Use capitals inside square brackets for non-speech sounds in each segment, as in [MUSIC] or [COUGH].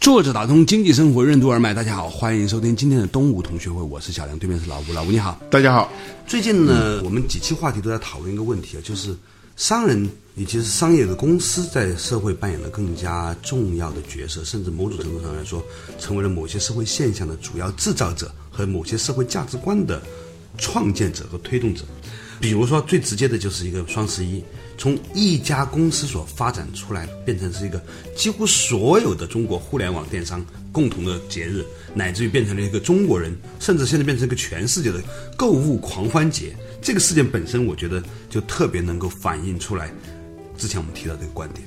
作者打通经济生活任督二脉，大家好，欢迎收听今天的东吴同学会，我是小梁，对面是老吴，老吴你好，大家好。最近呢，我们几期话题都在讨论一个问题啊，就是商人以及是商业的公司在社会扮演了更加重要的角色，甚至某种程度上来说，成为了某些社会现象的主要制造者和某些社会价值观的创建者和推动者。比如说，最直接的就是一个双十一，从一家公司所发展出来，变成是一个几乎所有的中国互联网电商共同的节日，乃至于变成了一个中国人，甚至现在变成一个全世界的购物狂欢节。这个事件本身，我觉得就特别能够反映出来之前我们提到这个观点。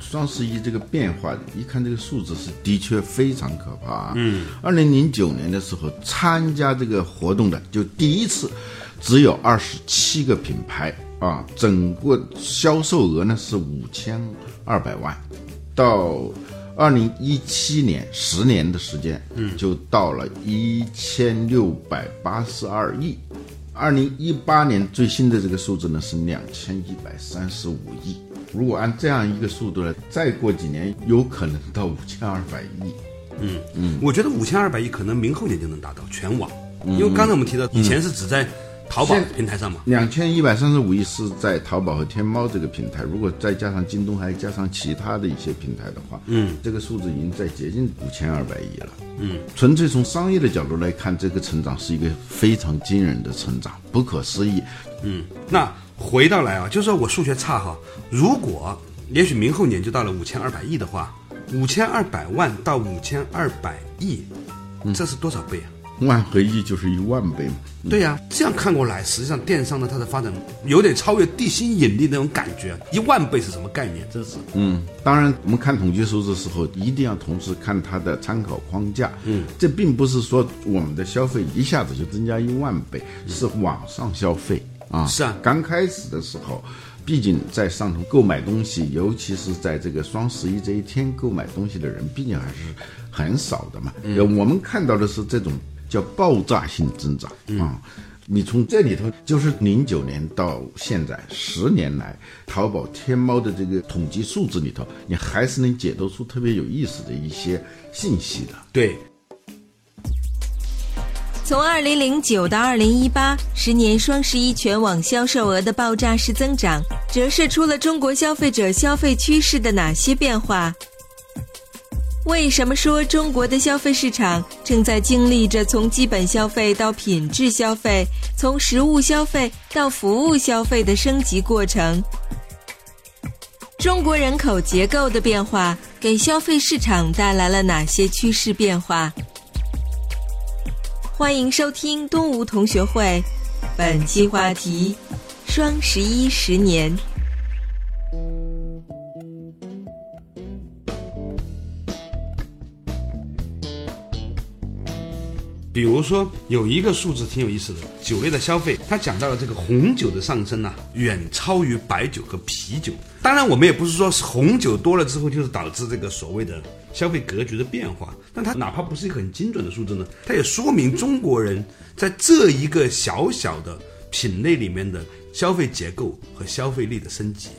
双十一这个变化，一看这个数字是的确非常可怕啊。嗯，二零零九年的时候，参加这个活动的就第一次，只有二十七个品牌啊，整个销售额呢是五千二百万，到二零一七年十年的时间，嗯，就到了一千六百八十二亿。二零一八年最新的这个数字呢是两千一百三十五亿。如果按这样一个速度呢，再过几年有可能到五千二百亿。嗯嗯，我觉得五千二百亿可能明后年就能达到全网，因为刚才我们提到，以前是只在淘宝现平台上嘛。两千一百三十五亿是在淘宝和天猫这个平台，如果再加上京东，还加上其他的一些平台的话，嗯，这个数字已经在接近五千二百亿了。嗯，纯粹从商业的角度来看，这个成长是一个非常惊人的成长，不可思议。嗯那回到来啊，就是说我数学差哈，如果也许明后年就到了五千二百亿的话，五千二百万到五千二百亿，这是多少倍啊？万和亿就是一万倍嘛。对呀、这样看过来，实际上电商呢，它的发展有点超越地心引力那种感觉，啊一万倍是什么概念？真是，嗯，当然，我们看统计数字的时候，一定要同时看它的参考框架。嗯，这并不是说我们的消费一下子就增加一万倍，是网上消费啊。是啊刚开始的时候，毕竟在上头购买东西，尤其是在这个双十一这一天购买东西的人，毕竟还是很少的嘛。呃我们看到的是这种叫爆炸性增长啊。你从这里头，就是零九年到现在十年来，淘宝、天猫的这个统计数字里头，你还是能解读出特别有意思的一些信息的。对，从二零零九到二零一八十年双十一全网销售额的爆炸式增长，折射出了中国消费者消费趋势的哪些变化？为什么说中国的消费市场正在经历着从基本消费到品质消费、从实物消费到服务消费的升级过程？中国人口结构的变化给消费市场带来了哪些趋势变化？欢迎收听东吴同学会，本期话题：双十一十年。比如说有一个数字挺有意思的，酒类的消费，它讲到了这个红酒的上升啊，远超于白酒和啤酒。当然，我们也不是说红酒多了之后就是导致这个所谓的消费格局的变化，但它哪怕不是一个很精准的数字呢，它也说明中国人在这一个小小的品类里面的消费结构和消费力的升级。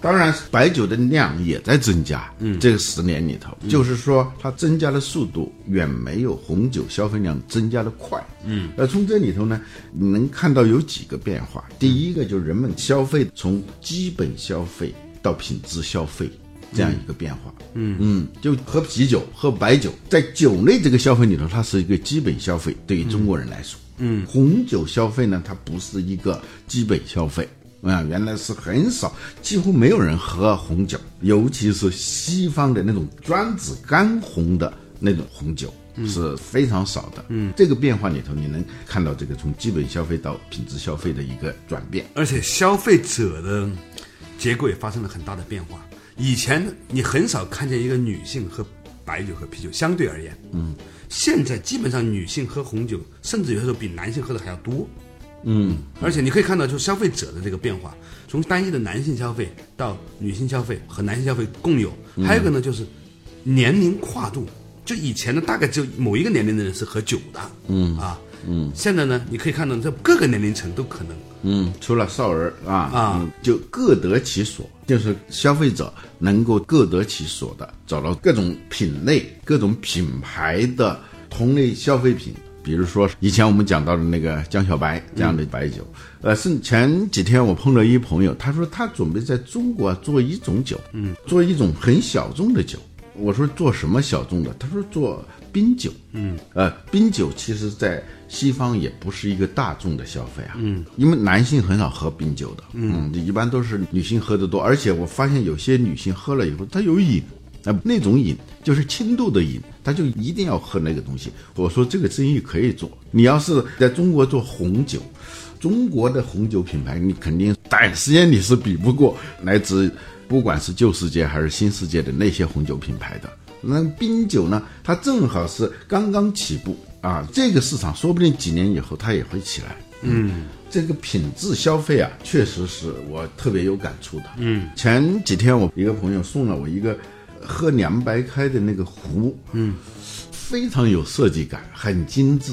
当然，白酒的量也在增加。嗯，这个十年里头，就是说它增加的速度远没有红酒消费量增加的快。嗯，呃，从这里头呢，你能看到有几个变化。第一个就是人们消费从基本消费到品质消费这样一个变化。嗯嗯，就喝啤酒、喝白酒，在酒类这个消费里头，它是一个基本消费，对于中国人来说。嗯，红酒消费呢，它不是一个基本消费。啊，原来是很少，几乎没有人喝红酒，尤其是西方的那种专指干红的那种红酒。是非常少的，嗯，这个变化里头，你能看到这个从基本消费到品质消费的一个转变。而且消费者的结构也发生了很大的变化。以前你很少看见一个女性喝白酒和啤酒，相对而言，嗯，现在基本上女性喝红酒，甚至有些时候比男性喝的还要多。嗯，而且你可以看到，就消费者的这个变化，从单一的男性消费到女性消费和男性消费共有，还有一个呢就是年龄跨度，就以前呢大概只有某一个年龄的人是喝酒的，嗯啊，嗯，现在呢你可以看到在各个年龄层都可能，嗯，除了少儿啊啊嗯就各得其所，就是消费者能够各得其所的找到各种品类、各种品牌的同类消费品。比如说以前我们讲到的那个江小白这样的白酒，呃，是前几天我碰到一朋友，他说他准备在中国做一种酒，嗯，做一种很小众的酒。我说做什么小众的？他说做冰酒。嗯，呃，冰酒其实在西方也不是一个大众的消费啊。嗯，因为男性很少喝冰酒的。嗯，一般都是女性喝的多，而且我发现有些女性喝了以后，她有瘾。啊，那种瘾就是轻度的瘾，她就一定要喝那个东西。我说这个生意可以做，你要是在中国做红酒，中国的红酒品牌，你肯定短时间你是比不过来自不管是旧世界还是新世界的那些红酒品牌的。那冰酒呢，它正好是刚刚起步啊，这个市场说不定几年以后它也会起来。嗯，这个品质消费啊，确实是我特别有感触的。嗯，前几天我一个朋友送了我一个喝凉白开的那个壶，嗯，非常有设计感，很精致，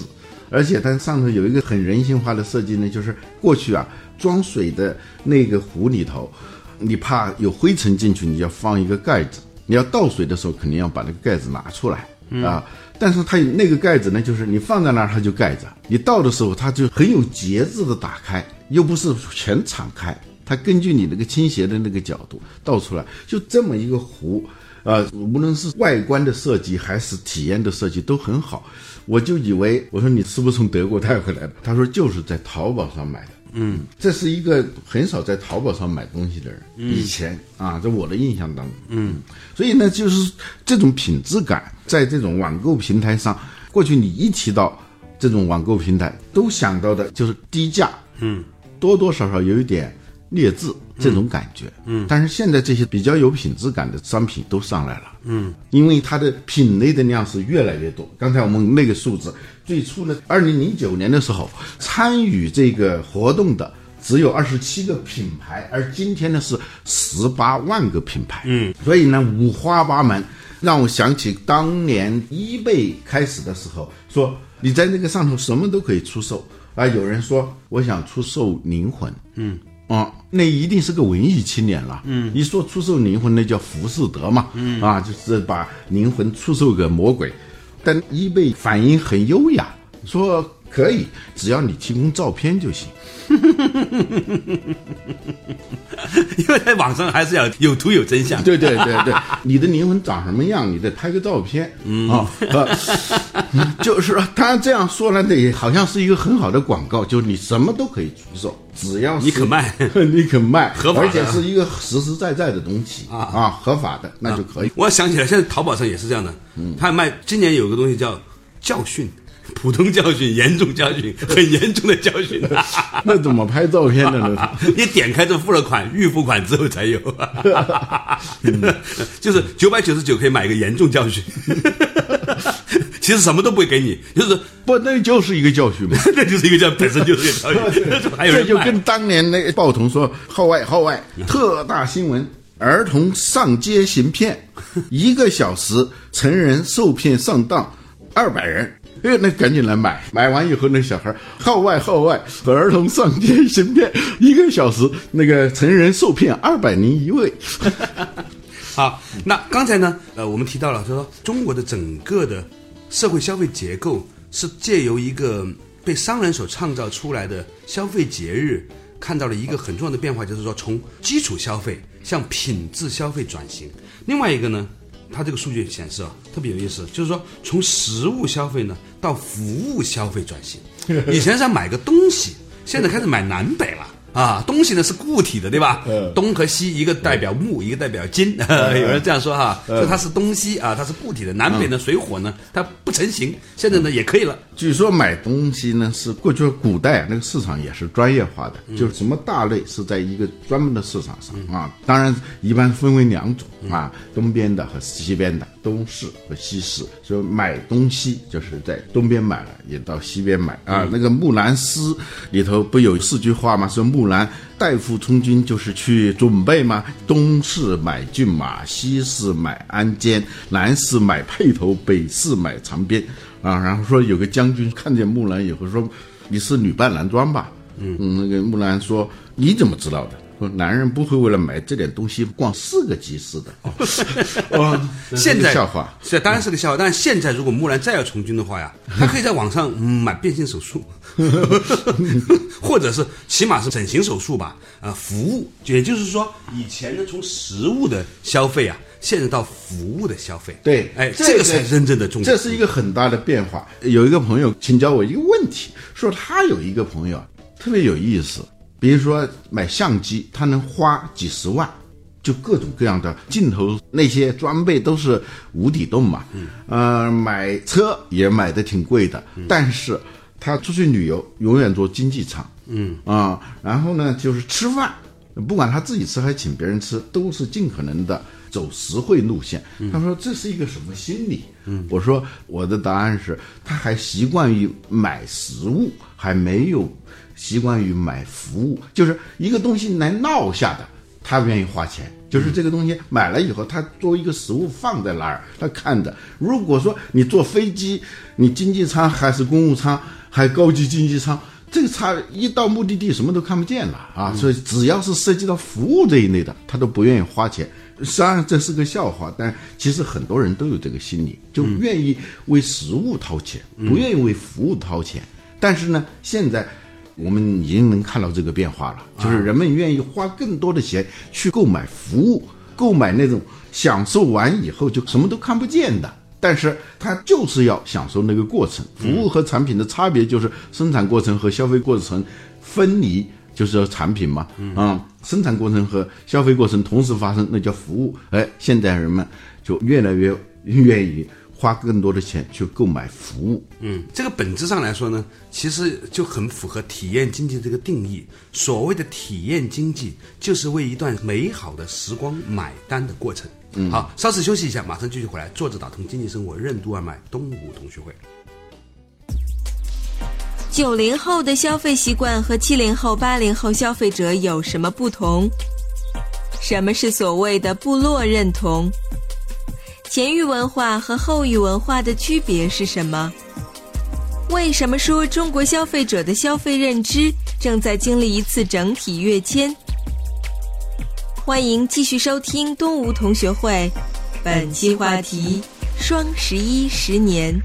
而且它上头有一个很人性化的设计呢，就是过去啊装水的那个壶里头，你怕有灰尘进去，你要放一个盖子，你要倒水的时候肯定要把那个盖子拿出来、啊。但是它有那个盖子呢，就是你放在那儿它就盖着，你倒的时候它就很有节制的打开，又不是全敞开，它根据你那个倾斜的那个角度倒出来，就这么一个壶，呃，无论是外观的设计还是体验的设计都很好。我就以为我说你是不是从德国带回来的？他说就是在淘宝上买的。嗯，这是一个很少在淘宝上买东西的人，以前啊，在我的印象当中，嗯，所以呢，就是这种品质感，在这种网购平台上，过去你一提到这种网购平台，都想到的就是低价，嗯，多多少少有一点劣质这种感觉，嗯，但是现在这些比较有品质感的商品都上来了，嗯，因为它的品类的量是越来越多。刚才我们那个数字，最初呢，二零零九年的时候，参与这个活动的只有二十七个品牌，而今天呢是十八万个品牌，嗯，所以呢五花八门，让我想起当年一贝开始的时候，说你在那个上头什么都可以出售啊，有人说我想出售灵魂，嗯。啊、那一定是个文艺青年了。嗯，一说出售灵魂，那叫浮士德嘛。嗯，啊，就是把灵魂出售给魔鬼。但伊贝反应很优雅，说可以，只要你提供照片就行。 [LAUGHS] 因为在网上还是要有图有真相。啊对对对对， [LAUGHS] 你的灵魂长什么样，你得拍个照片。嗯啊、呃 [LAUGHS] 嗯就是说他这样说了，那好像是一个很好的广告，就是你什么都可以出售，只要是你可卖 [LAUGHS] 你可卖，合法的而且是一个实实在在的东西啊啊，合法的那就可以。我想起来，现在淘宝上也是这样的，他卖今年有个东西叫教训， [LAUGHS] 普通教训、严重教 [LAUGHS] 训、很严重的教训， [LAUGHS] 那怎么拍照片的呢？你点开这付了款，预付款之后才有，嗯 [LAUGHS] 就是九百九十九可以买一个严重教训， [LAUGHS] 其实什么都不会给你，就是 [LAUGHS] 不，那就是一个教训嘛。那就是一个教，本身就是一个教 [LAUGHS] 训， [LAUGHS] 还有这人就卖跟当年那个报童说号外号外特大新闻，儿童上街行骗，一个小时成人受骗上当二百人。哎，那赶紧来买！买完以后，那小孩号外号外，和儿童上街行骗一个小时，那个成人受骗二百零一位。好，那刚才呢，呃，我们提到了说中国的整个的社会消费结构是借由一个被商人所创造出来的消费节日，看到了一个很重要的变化，就是说从基础消费向品质消费转型。另外一个呢，它这个数据显示啊，特别有意思，就是说从实物消费呢到服务消费转型。以前是买个东西，现在开始买南北了。啊，东西呢是固体的，对吧？嗯东和西，一个代表木，一个代表金。 [LAUGHS] 有人这样说哈，嗯说它是东西啊，它是固体的。南北呢，水火呢，它不成形。现嗯在呢，也可以了。据说买东西呢是过去古代啊那个市场也是专业化的，就是什么大类是在一个专门的市场上、啊。当然，一般分为两种啊，东边的和西边的。东市和西市，所以买东西就是在东边买了，也到西边买啊。那个《木兰诗》里头不有四句话吗？说木兰代父从军，就是去准备吗？东市买骏马，西市买鞍鞯，南市买辔头，北市买长鞭啊。然后说有个将军看见木兰以后说：“你是女扮男装吧？”嗯，那个木兰说：“你怎么知道的？”说男人不会为了买这点东西逛四个集市的。哦， [LAUGHS] 现在笑话，这当然是个笑话。但是现在如果木兰再要从军的话呀，她可以在网上、嗯买变性手 [LAUGHS] 术， [LAUGHS] 或者是起码是整形手术吧。啊，服务，也就是说，以前呢从食物的消费啊，现在到服务的消费。对，哎，这个才是真正的重点。这是一个很大的变化。有一个朋友请教我一个问题，说他有一个朋友特别有意思，比如说买相机，他能花几十万，就各种各样的镜头那些装备都是无底洞嘛。嗯，呃，买车也买的挺贵的，嗯但是他出去旅游永远坐经济舱。嗯啊、然后呢就是吃饭，不管他自己吃还是请别人吃，都是尽可能的走实惠路线。他说这是一个什么心理？嗯，我说我的答案是，他还习惯于买食物，还没有习惯于买服务，就是一个东西来闹下的，他愿意花钱。就是这个东西买了以后，他作为一个食物放在那儿，他看着。如果说你坐飞机，你经济舱还是公务舱，还高级经济舱，这个差一到目的地什么都看不见了啊！所以只要是涉及到服务这一类的，他都不愿意花钱。虽然这是个笑话，但其实很多人都有这个心理，就愿意为食物掏钱，不愿意为服务掏钱。但是呢，现在我们已经能看到这个变化了，就是人们愿意花更多的钱去购买服务，购买那种享受完以后就什么都看不见的。但是他就是要享受那个过程，服务和产品的差别就是生产过程和消费过程分离，就是说产品嘛，嗯，生产过程和消费过程同时发生，那叫服务。哎，现在人们就越来越愿意花更多的钱去购买服务，嗯，这个本质上来说呢，其实就很符合体验经济这个定义。所谓的体验经济，就是为一段美好的时光买单的过程。嗯，好，稍事休息一下，马上继续回来。坐着打通经济生活，任督二脉，东吴同学会。九零后的消费习惯和七零后、八零后消费者有什么不同？什么是所谓的部落认同？前域文化和后域文化的区别是什么？为什么说中国消费者的消费认知正在经历一次整体跃迁？欢迎继续收听东吴同学会，本期话题：双十一十年。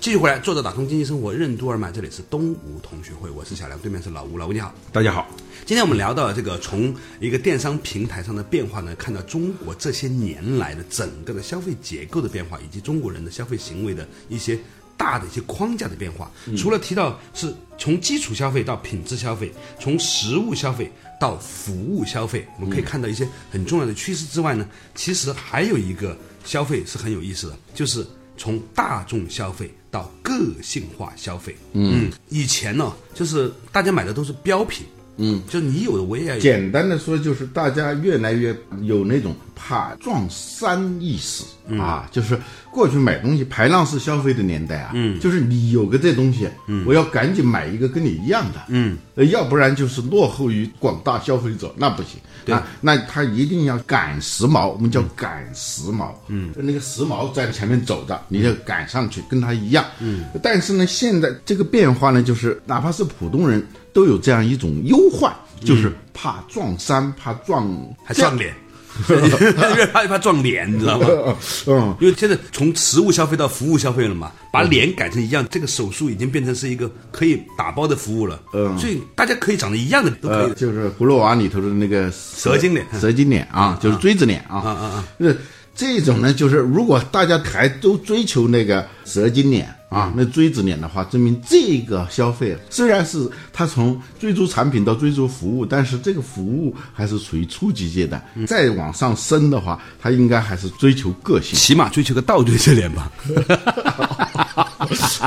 继续回来，坐着打通经济生活，任督二脉，这里是东吴同学会，我是小梁，对面是老吴，老吴你好。大家好。今天我们聊到这个从一个电商平台上的变化呢，看到中国这些年来的整个的消费结构的变化，以及中国人的消费行为的一些大的一些框架的变化。除了提到是从基础消费到品质消费，从实物消费到服务消费，我们可以看到一些很重要的趋势之外呢，其实还有一个消费是很有意思的，就是从大众消费到个性化消费。嗯，以前呢，就是大家买的都是标品。嗯，就你有的我也要有，简单的说，就是大家越来越有那种怕撞衫意识、啊，就是过去买东西排浪式消费的年代啊，嗯，就是你有个这东西，嗯，我要赶紧买一个跟你一样的，嗯，要不然就是落后于广大消费者，那不行，那那他一定要赶时髦，我们叫赶时髦，嗯，那个时髦在前面走的，你要赶上去，跟他一样，嗯，但是呢，现在这个变化呢，就是哪怕是普通人。都有这样一种忧患，就是怕撞衫，怕撞，嗯还撞 [LAUGHS] 脸，越怕越怕撞脸，你知道吗？ [LAUGHS] 嗯，因为现在从实物消费到服务消费了嘛，把脸改成一样，这个手术已经变成是一个可以打包的服务了。嗯，所以大家可以长得一样的都可以呃，。就是《葫芦娃》里头的那个蛇精脸蛇精脸啊，就是锥子脸啊，啊啊啊，这种呢，就是如果大家还都追求那个蛇精脸，啊，那追着脸的话，证明这个消费虽然是它从追逐产品到追逐服务，但是这个服务还是处于初级阶段。嗯再往上升的话，它应该还是追求个性。起码追求个倒对着脸吧， [LAUGHS]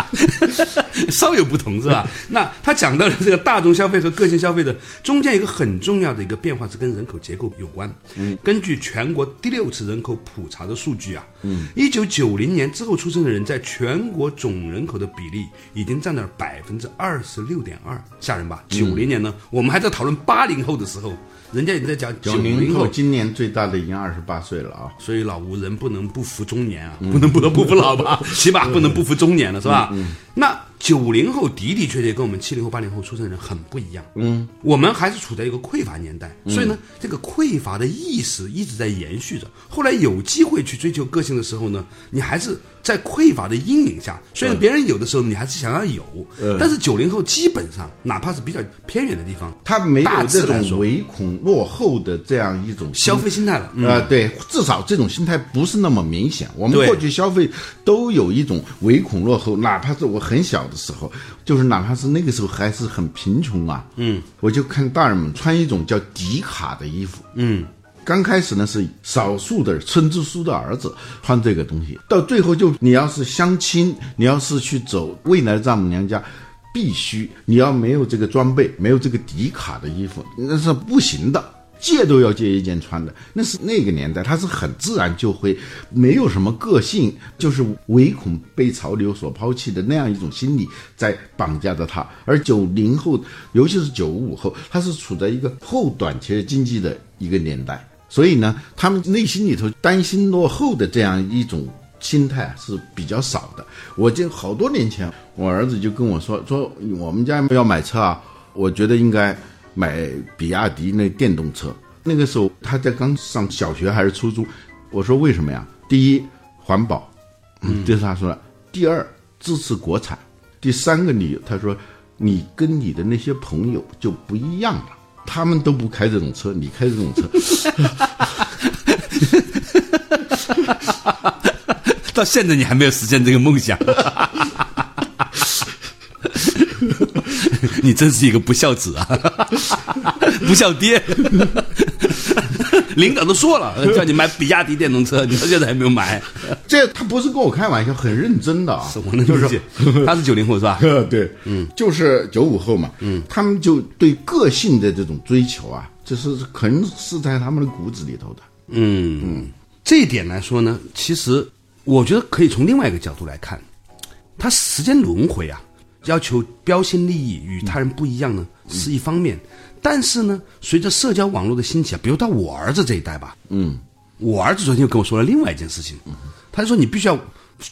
稍有不同是吧？那他讲到了这个大众消费和个性消费的中间有一个很重要的一个变化是跟人口结构有关。嗯，根据全国第六次人口普查的数据啊，嗯，一九九零年之后出生的人在全国总人口的比例已经占到百分之二十六点二，吓人吧？九零年呢，我们还在讨论八零后的时候，人家已经在讲九九零零后后今年最大的已经二十八岁了啊，所以老吴人不能不服中年啊， [LAUGHS] 不能不能不服老吧， [LAUGHS] 起码不能不服中年了，是吧？那九零后的的确确跟我们七零后、八零后出生的人很不一样。嗯，我们还是处在一个匮乏年代，所以呢，这个匮乏的意识一直在延续着。后来有机会去追求个性的时候呢，你还是在匮乏的阴影下，虽然别人有的时候你还是想要有，但是九零后基本上哪怕是比较偏远的地方，他没有大致这来种说唯恐落后的这样一种消费心态了。嗯啊、对，至少这种心态不是那么明显。我们对过去消费都有一种唯恐落后，哪怕是我很小的时候，就是哪怕是那个时候还是很贫穷啊，嗯，我就看大人们穿一种叫迪卡的衣服，嗯。刚开始呢是少数的村支书的儿子穿这个东西，到最后就你要是相亲，你要是去走未来丈母娘家，必须你要没有这个装备，没有这个迪卡的衣服，那是不行的。借都要借一件穿的，那是那个年代，它是很自然就会没有什么个性，就是唯恐被潮流所抛弃的那样一种心理在绑架着他。而九零后，尤其是九五后，他是处在一个后短缺经济的一个年代，所以呢，他们内心里头担心落后的这样一种心态啊是比较少的。我记得好多年前，我儿子就跟我说说我们家要买车啊，我觉得应该买比亚迪那电动车。那个时候他在刚上小学还是初中，我说为什么呀？第一环保，嗯，这是他说的；第二支持国产；第三个理由，他说你跟你的那些朋友就不一样了。他们都不开这种车，你开这种车， [LAUGHS] 到现在你还没有实现这个梦想， [LAUGHS] 你真是一个不孝子啊， [LAUGHS] 不孝爹。 [LAUGHS] 领导都说了，叫你买比亚迪电动车，你到现在还没有买，这他不是跟我开玩笑，很认真的啊。我能理解。他是九零后是吧？ [LAUGHS] 呃，对，嗯，就是九五后嘛，嗯，他们就对个性的这种追求啊，这是可能是在他们的骨子里头的。嗯，这一点来说呢，其实我觉得可以从另外一个角度来看，它时间轮回啊，要求标新立异与他人不一样呢，是一方面。但是呢，随着社交网络的兴起啊，比如到我儿子这一代吧，嗯，我儿子昨天又跟我说了另外一件事情，他就说你必须要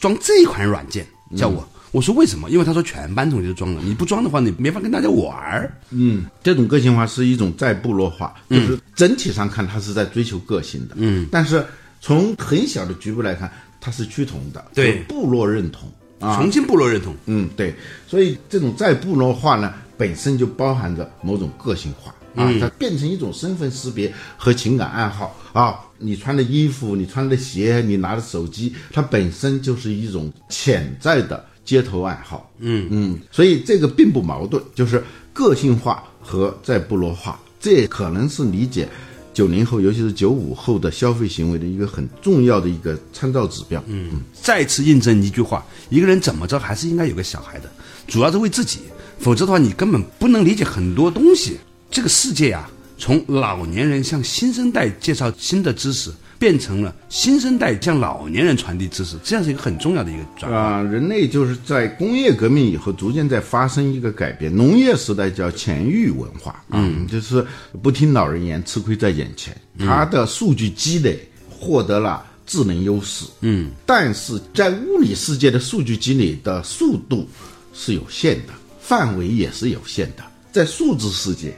装这一款软件，叫我。我说为什么？因为他说全班同学都装了，你不装的话，你没法跟大家玩儿。嗯，这种个性化是一种再部落化，就是整体上看，它是在追求个性的。嗯，但是从很小的局部来看，它是趋同的，对就是部落认同啊，重新部落认同，嗯，对，所以这种再部落化呢，本身就包含着某种个性化啊，它变成一种身份识别和情感暗号啊。你穿的衣服，你穿的鞋，你拿的手机，它本身就是一种潜在的街头暗号。嗯嗯，所以这个并不矛盾，就是个性化和再部落化，这可能是理解。九零后，尤其是九五后的消费行为的一个很重要的一个参照指标。嗯，再次印证一句话：一个人怎么着还是应该有个小孩的，主要是为自己，否则的话你根本不能理解很多东西。这个世界啊，从老年人向新生代介绍新的知识，变成了新生代向老年人传递知识，这样是一个很重要的一个转化。啊、人类就是在工业革命以后，逐渐在发生一个改变。农业时代叫前域文化，嗯，就是不听老人言，吃亏在眼前。它的数据积累获得了智能优势，嗯，但是在物理世界的数据积累的速度是有限的，范围也是有限的。在数字世界，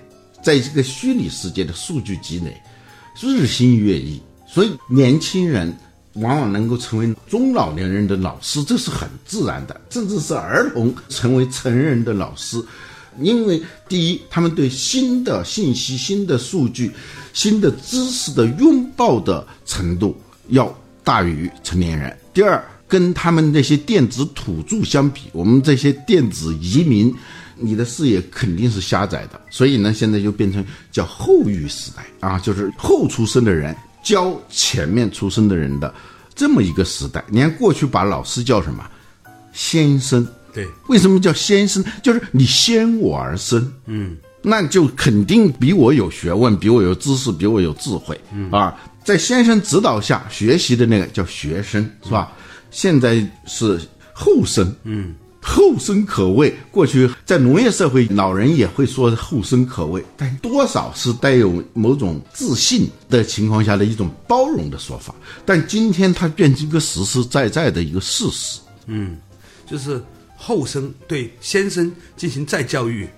在这个虚拟世界的数据积累日新月异，所以年轻人往往能够成为中老年人的老师，这是很自然的，甚至是儿童成为成人的老师。因为第一，他们对新的信息、新的数据、新的知识的拥抱的程度要大于成年人；第二，跟他们那些电子土著相比，我们这些电子移民，你的视野肯定是狭窄的。所以呢，现在就变成叫后育时代啊，就是后出生的人教前面出生的人的这么一个时代。你看过去把老师叫什么？先生。对，为什么叫先生？就是你先我而生，嗯，那就肯定比我有学问，比我有知识，比我有智慧，嗯、啊，在先生指导下学习的那个叫学生，是吧？现在是后生，嗯，后生可畏。过去在农业社会，老人也会说后生可畏，但多少是带有某种自信的情况下的一种包容的说法。但今天它变成一个实实在在的一个事实，嗯，就是。后生对先生进行再教育，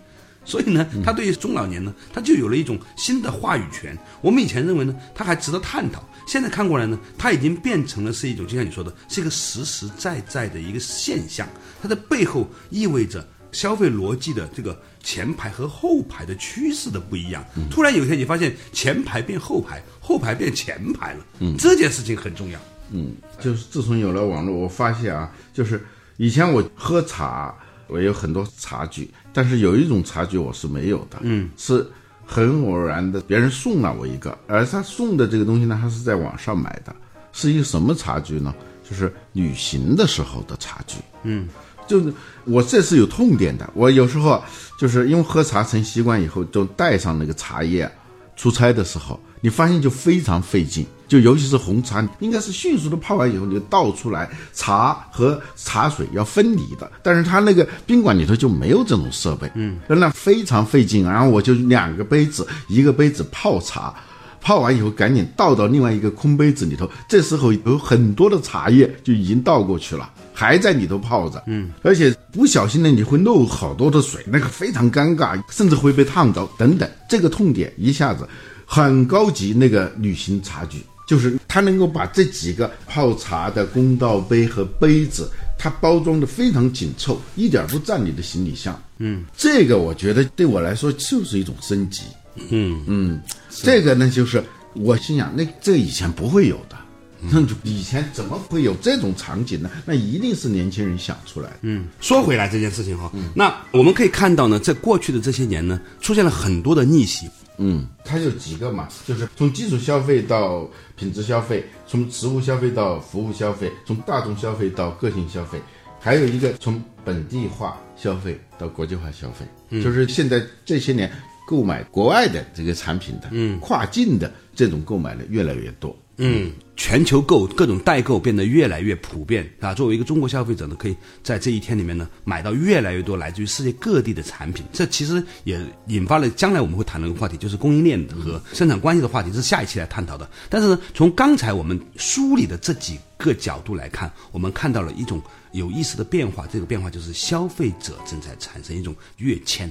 所以呢，他对于中老年呢，他就有了一种新的话语权。我们以前认为呢，他还值得探讨，现在看过来呢，他已经变成了是一种，就像你说的，是一个实实在在的一个现象，它的背后意味着消费逻辑的这个前排和后排的趋势的不一样。突然有一天，你发现前排变后排，后排变前排了，嗯，这件事情很重要。嗯，就是自从有了网络，我发现啊，就是。以前我喝茶，我有很多茶具，但是有一种茶具我是没有的，嗯，是很偶然的，别人送了我一个，而他送的这个东西呢，他是在网上买的，是一个什么茶具呢？就是旅行的时候的茶具，嗯，就是我这是有痛点的，我有时候就是因为喝茶成习惯以后，就带上那个茶叶，出差的时候，你发现就非常费劲。就尤其是红茶，应该是迅速的泡完以后你就倒出来，茶和茶水要分离的。但是他那个宾馆里头就没有这种设备，嗯，那非常费劲。然后我就两个杯子，一个杯子泡茶，泡完以后赶紧倒到另外一个空杯子里头。这时候有很多的茶叶就已经倒过去了，还在里头泡着，嗯，而且不小心呢你会漏好多的水，那个非常尴尬，甚至会被烫着等等。这个痛点一下子很高级，那个旅行茶具。就是他能够把这几个泡茶的公道杯和杯子，它包装的非常紧凑，一点不占你的行李箱。嗯，这个我觉得对我来说就是一种升级。嗯嗯，这个呢，就是我心想，那这以前不会有的，那、嗯、以前怎么会有这种场景呢？那一定是年轻人想出来的。嗯，说回来这件事情哈、嗯，那我们可以看到呢，在过去的这些年呢，出现了很多的逆袭。嗯，它有几个嘛，就是从基础消费到品质消费，从食物消费到服务消费，从大众消费到个性消费，还有一个从本地化消费到国际化消费，嗯、就是现在这些年购买国外的这个产品的，嗯，跨境的这种购买的越来越多。嗯，全球购各种代购变得越来越普遍啊！作为一个中国消费者呢，可以在这一天里面呢，买到越来越多来自于世界各地的产品。这其实也引发了将来我们会谈论一个话题，就是供应链和生产关系的话题，这是下一期来探讨的。但是呢，从刚才我们梳理的这几个角度来看，我们看到了一种有意思的变化。这个变化就是消费者正在产生一种跃迁，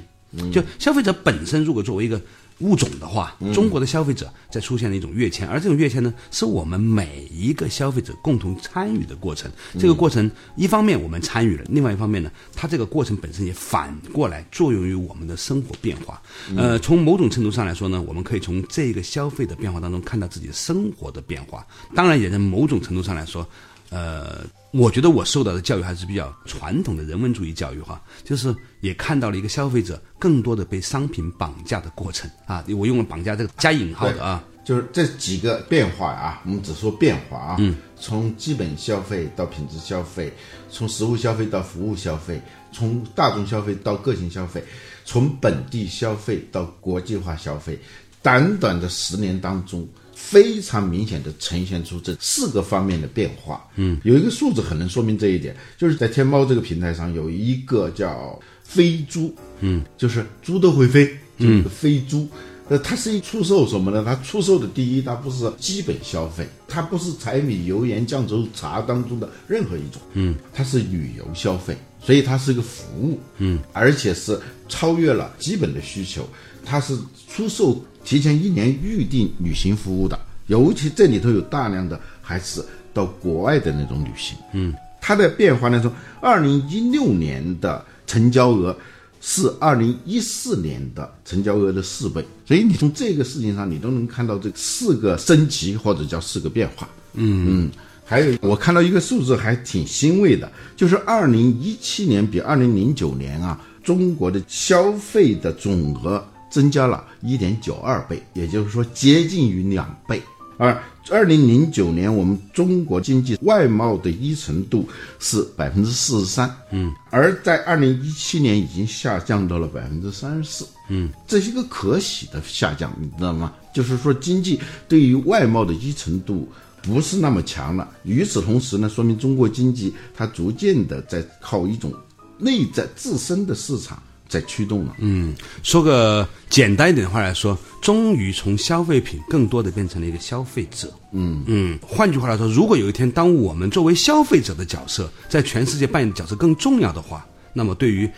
就消费者本身如果作为一个。物种的话，中国的消费者在出现了一种跃迁，而这种跃迁呢，是我们每一个消费者共同参与的过程。这个过程，一方面我们参与了，另外一方面呢，它这个过程本身也反过来作用于我们的生活变化。呃，从某种程度上来说呢，我们可以从这个消费的变化当中看到自己生活的变化。当然，也在某种程度上来说，呃，我觉得我受到的教育还是比较传统的人文主义教育哈，就是。也看到了一个消费者更多的被商品绑架的过程啊！我用了“绑架”这个加引号的啊，就是这几个变化啊，我们只说变化啊。嗯，从基本消费到品质消费，从实物消费到服务消费，从大众消费到个性消费，从本地消费到国际化消费，短短的十年当中，非常明显的呈现出这四个方面的变化。嗯，有一个数字很能说明这一点，就是在天猫这个平台上有一个叫。飞猪，嗯，就是猪都会飞，嗯，飞猪，呃，它是一出售什么呢？它出售的第一，它不是基本消费，它不是柴米油盐酱醋茶当中的任何一种，嗯，它是旅游消费，所以它是一个服务，嗯，而且是超越了基本的需求，它是出售提前一年预定旅行服务的，尤其这里头有大量的还是到国外的那种旅行，嗯，它的变化呢，从二零一六年的。成交额是二零一四年的成交额的四倍，所以你从这个事情上，你都能看到这四个升级或者叫四个变化。嗯嗯，还有，我看到一个数字还挺欣慰的，就是二零一七年比二零零九年啊，中国的消费的总额增加了一点九二倍，也就是说接近于两倍。而二零零九年我们中国经济外贸的依存度是百分之四十三，嗯，而在二零一七年已经下降到了百分之三十四，嗯，这是一个可喜的下降，你知道吗？就是说经济对于外贸的依存度。不是那么强了。与此同时呢，说明中国经济它逐渐的在靠一种内在自身的市场在驱动了。嗯，说个简单一点的话来说，终于从消费品更多的变成了一个消费者。嗯嗯，换句话来说，如果有一天当我们作为消费者的角色在全世界扮演的角色更重要的话，那么对于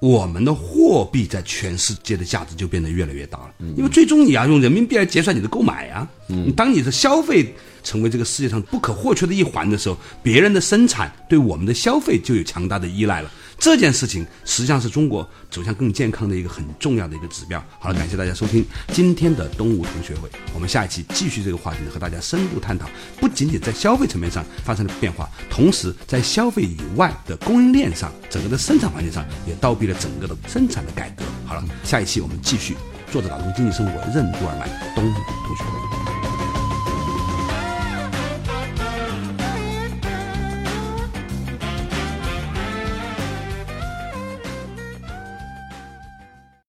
我们的货币在全世界的价值就变得越来越大了，因为最终你要用人民币来结算你的购买呀、啊。嗯，当你的消费成为这个世界上不可或缺的一环的时候，别人的生产对我们的消费就有强大的依赖了。这件事情实际上是中国走向更健康的一个很重要的一个指标。好了，感谢大家收听今天的东吴同学会，我们下一期继续这个话题，和大家深入探讨不仅仅在消费层面上发生了变化，同时在消费以外的供应链上，整个的生产环境上也倒逼了整个的生产的改革。好了，下一期我们继续坐着打通经济生活任督二脉，东吴同学会。